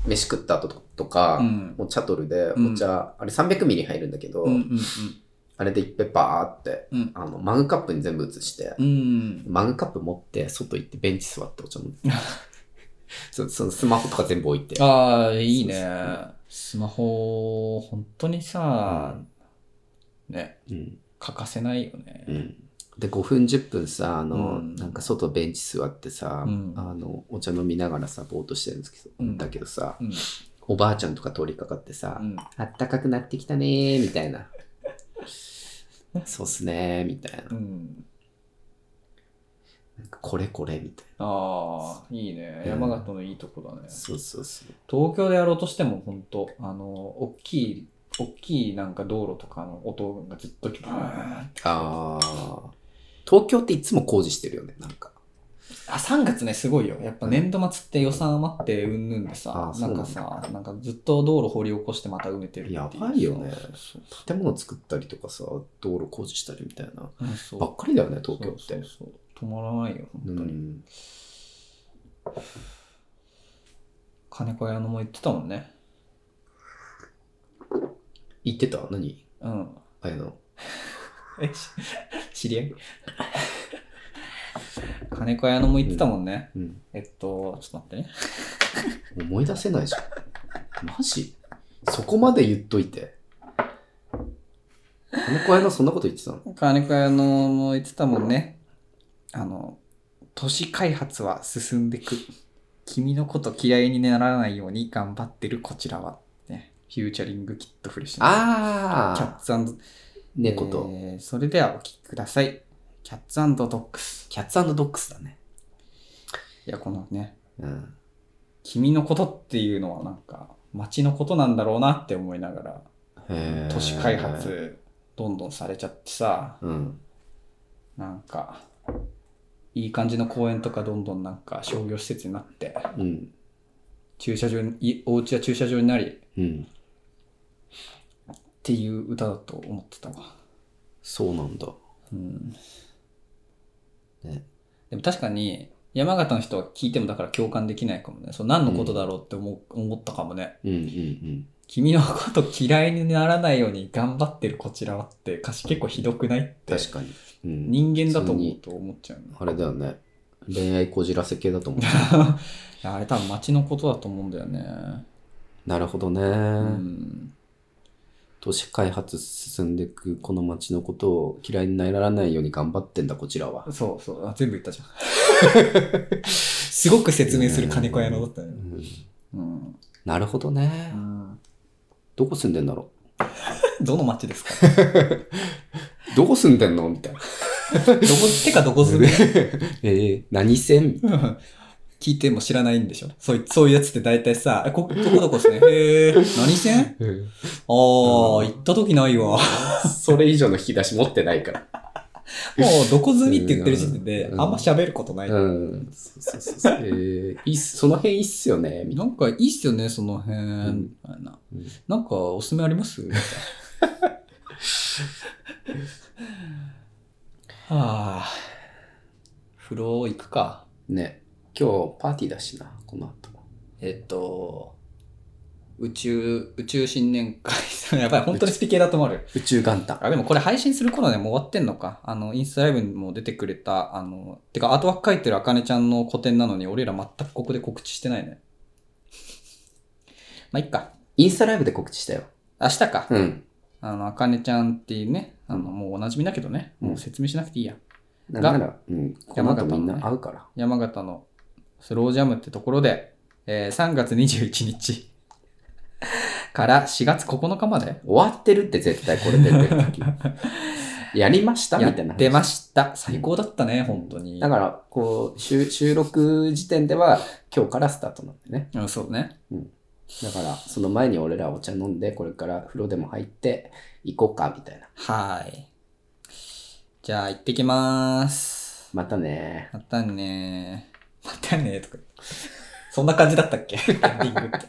Speaker 3: 飯食った後とか、
Speaker 2: うん
Speaker 3: もうチャトルで
Speaker 2: うん
Speaker 3: お茶、あれ300ミリ入るんだけど、
Speaker 2: うんうんうん。
Speaker 3: あれでいっぺんバーって
Speaker 2: うん。
Speaker 3: あのマグカップに全部移して、
Speaker 2: うん。
Speaker 3: マグカップ持って外行ってベンチ座ってお茶飲ん [LAUGHS] でそそのスマホとか全部置いて
Speaker 2: ああ、いいね
Speaker 3: そうそ。
Speaker 2: スマホ、本当にさ、ね、
Speaker 3: うん
Speaker 2: 欠かせないよね。
Speaker 3: うんで5分10分さあの、
Speaker 2: うん
Speaker 3: なんか外ベンチ座ってさ、
Speaker 2: うん
Speaker 3: あのお茶飲みながらさぼーっとしてるんですけど、
Speaker 2: うん
Speaker 3: だけどさ
Speaker 2: うん。
Speaker 3: おばあちゃんとか通りかかってさ、
Speaker 2: うん
Speaker 3: あったかくなってきたねーみたいな。 [LAUGHS] そうっすねーみたいな。
Speaker 2: うん。
Speaker 3: なんかこれこれみたい
Speaker 2: ああ、いいね。
Speaker 3: うん
Speaker 2: 山形のいいとこだね
Speaker 3: な。。そうそうそう。
Speaker 2: 東京でやろうとしても、本当あの、大きい大きいなんか道路とかの音がずっとブーンって。
Speaker 3: ああ。東京っていつも工事してるよね、なんか。
Speaker 2: あ、3月ね、すごいよ。やっぱ年度末って予算余ってうんぬんでさ
Speaker 3: あ、そ
Speaker 2: な
Speaker 3: うんなん
Speaker 2: か
Speaker 3: だ
Speaker 2: さ、なんかずっと道路掘り起こしてまた埋めてるってう
Speaker 3: やばいよね
Speaker 2: そうそうそ
Speaker 3: 建物作ったりとかさ、道路工事したりみたいな。
Speaker 2: ううんそう
Speaker 3: ばっかりだよね、東京って。
Speaker 2: そうそうそう止まらないよ、
Speaker 3: う
Speaker 2: 本当に。
Speaker 3: ん。
Speaker 2: 金子屋のも言ってたもんね。
Speaker 3: 言ってた何
Speaker 2: うん。
Speaker 3: あやの。
Speaker 2: え、 [LAUGHS] し知り合 [LAUGHS] い金子屋のも言ってたもんね。
Speaker 3: うん。
Speaker 2: えっと、ちょっと待ってね。
Speaker 3: 思い出せないじゃん。マジそこまで言っといて。この子やのそんなこと言ってたの
Speaker 2: 金子屋のも言ってたもんね。あの、都市開発は進んでく。君のこと嫌いにならないように頑張ってるこちらは。ね、フューチャリングキットフレッシュの
Speaker 3: あ
Speaker 2: キャッツアンド
Speaker 3: 猫と、
Speaker 2: えーそれではお聴きください。キャッツアンドドッグス。
Speaker 3: キャッツドッグスだね。
Speaker 2: いや、このね、
Speaker 3: うん。
Speaker 2: 君のことっていうのはなんか、街のことなんだろうなって思いながら、都市開。発どんどんされちゃってさ、
Speaker 3: うん。
Speaker 2: なんか、いい感じの公園とかどんどんなんか商業施設になって、
Speaker 3: うん。
Speaker 2: 駐車場に、いお家は駐車場になりっ
Speaker 3: うん。
Speaker 2: ていう歌だと思ってたわ。
Speaker 3: そうなんだ。
Speaker 2: うん。
Speaker 3: ね。
Speaker 2: でも確かに、山形の人は聞いてもだから共感できないかもね。そう何のことだろうって思,、う思ったかもね。
Speaker 3: うんうんうん。
Speaker 2: 君のこと嫌いにならないように頑張ってるこちらはって歌詞結構ひどくないって。
Speaker 3: 確かに。うん、
Speaker 2: 人間だと思うと思っちゃうね。
Speaker 3: あれだよね。恋愛こじらせ系だと思 [LAUGHS] う。
Speaker 2: いやあれ多分街のことだと思うんだよね。
Speaker 3: なるほどね、
Speaker 2: うん。
Speaker 3: 都市開発進んでいくこの街のことを嫌いにならないように頑張ってんだ、こちらは。
Speaker 2: そうそう。あ全部言ったじゃん。 [LAUGHS] すごく説明する金子屋のだった
Speaker 3: う
Speaker 2: ね。
Speaker 3: ん、
Speaker 2: うん。
Speaker 3: なるほどね、
Speaker 2: うん、
Speaker 3: どこ住んでんだろ
Speaker 2: どの街ですか [LAUGHS]
Speaker 3: う。どこ住んでんのみたいな。
Speaker 2: どこ、てかどこ住んでる
Speaker 3: [LAUGHS] えー、何線
Speaker 2: うん [LAUGHS] 聞いても知らないんでしょそういそういうやつって大体さ、えこ、どこどこっすね。へえ、何線ああ、
Speaker 3: うん
Speaker 2: 行った時ない
Speaker 3: [LAUGHS]
Speaker 2: わ。も
Speaker 3: それ以上の引き出し持ってないから。
Speaker 2: う、どこ住みって言ってる時点で、
Speaker 3: うん
Speaker 2: あんま喋ることない。
Speaker 3: うん。そうそうそうそう。えー、いいっすその辺いいっすよね、みたい
Speaker 2: なんかいいっすよね、その辺、
Speaker 3: ん
Speaker 2: みたいな。
Speaker 3: な。
Speaker 2: なんかおすすめありますみたいな [LAUGHS] はあ。風呂行くか。
Speaker 3: ね。今日パーティーだしな、この後。
Speaker 2: えっと、宇宙、宇宙新年会。 [LAUGHS] やばい、本当にスピ系だと思われる。
Speaker 3: 宇宙元旦。
Speaker 2: あ、でもこれ配信する頃にはもう終わってんのか。あの、インスタライブにも出てくれた、あの、てかアートワーク書いてるあかねちゃんの個展なのに、俺ら全くここで告知してないね。まあ、いっか。
Speaker 3: インスタライブで告知したよ。
Speaker 2: 明日か。
Speaker 3: うん。
Speaker 2: あの、あかねちゃんっていうね、あの、もうおなじみだけどね、もう説明しなくていいや。
Speaker 3: なんなら、うん。この後みんな
Speaker 2: 山形のね
Speaker 3: 会うから。
Speaker 2: 山形のスロージャムってところで、えー3月21日 [LAUGHS] から4月9日まで
Speaker 3: 終わってるって絶対これ出てる [LAUGHS] 時やりましたみ
Speaker 2: や
Speaker 3: たいな
Speaker 2: っ
Speaker 3: 話
Speaker 2: てました。最高だったね、本当に。
Speaker 3: だからこう収収録時点では今日からスタートなんでね
Speaker 2: うん、そうね。
Speaker 3: だからその前に俺らお茶飲んでこれから風呂でも入って行こうかみたいな
Speaker 2: はい。じゃあ、行ってきまーす。
Speaker 3: またね
Speaker 2: また
Speaker 3: [LAUGHS]
Speaker 2: ねー。またねーとか言って。そんな感じだったっけエンディングって。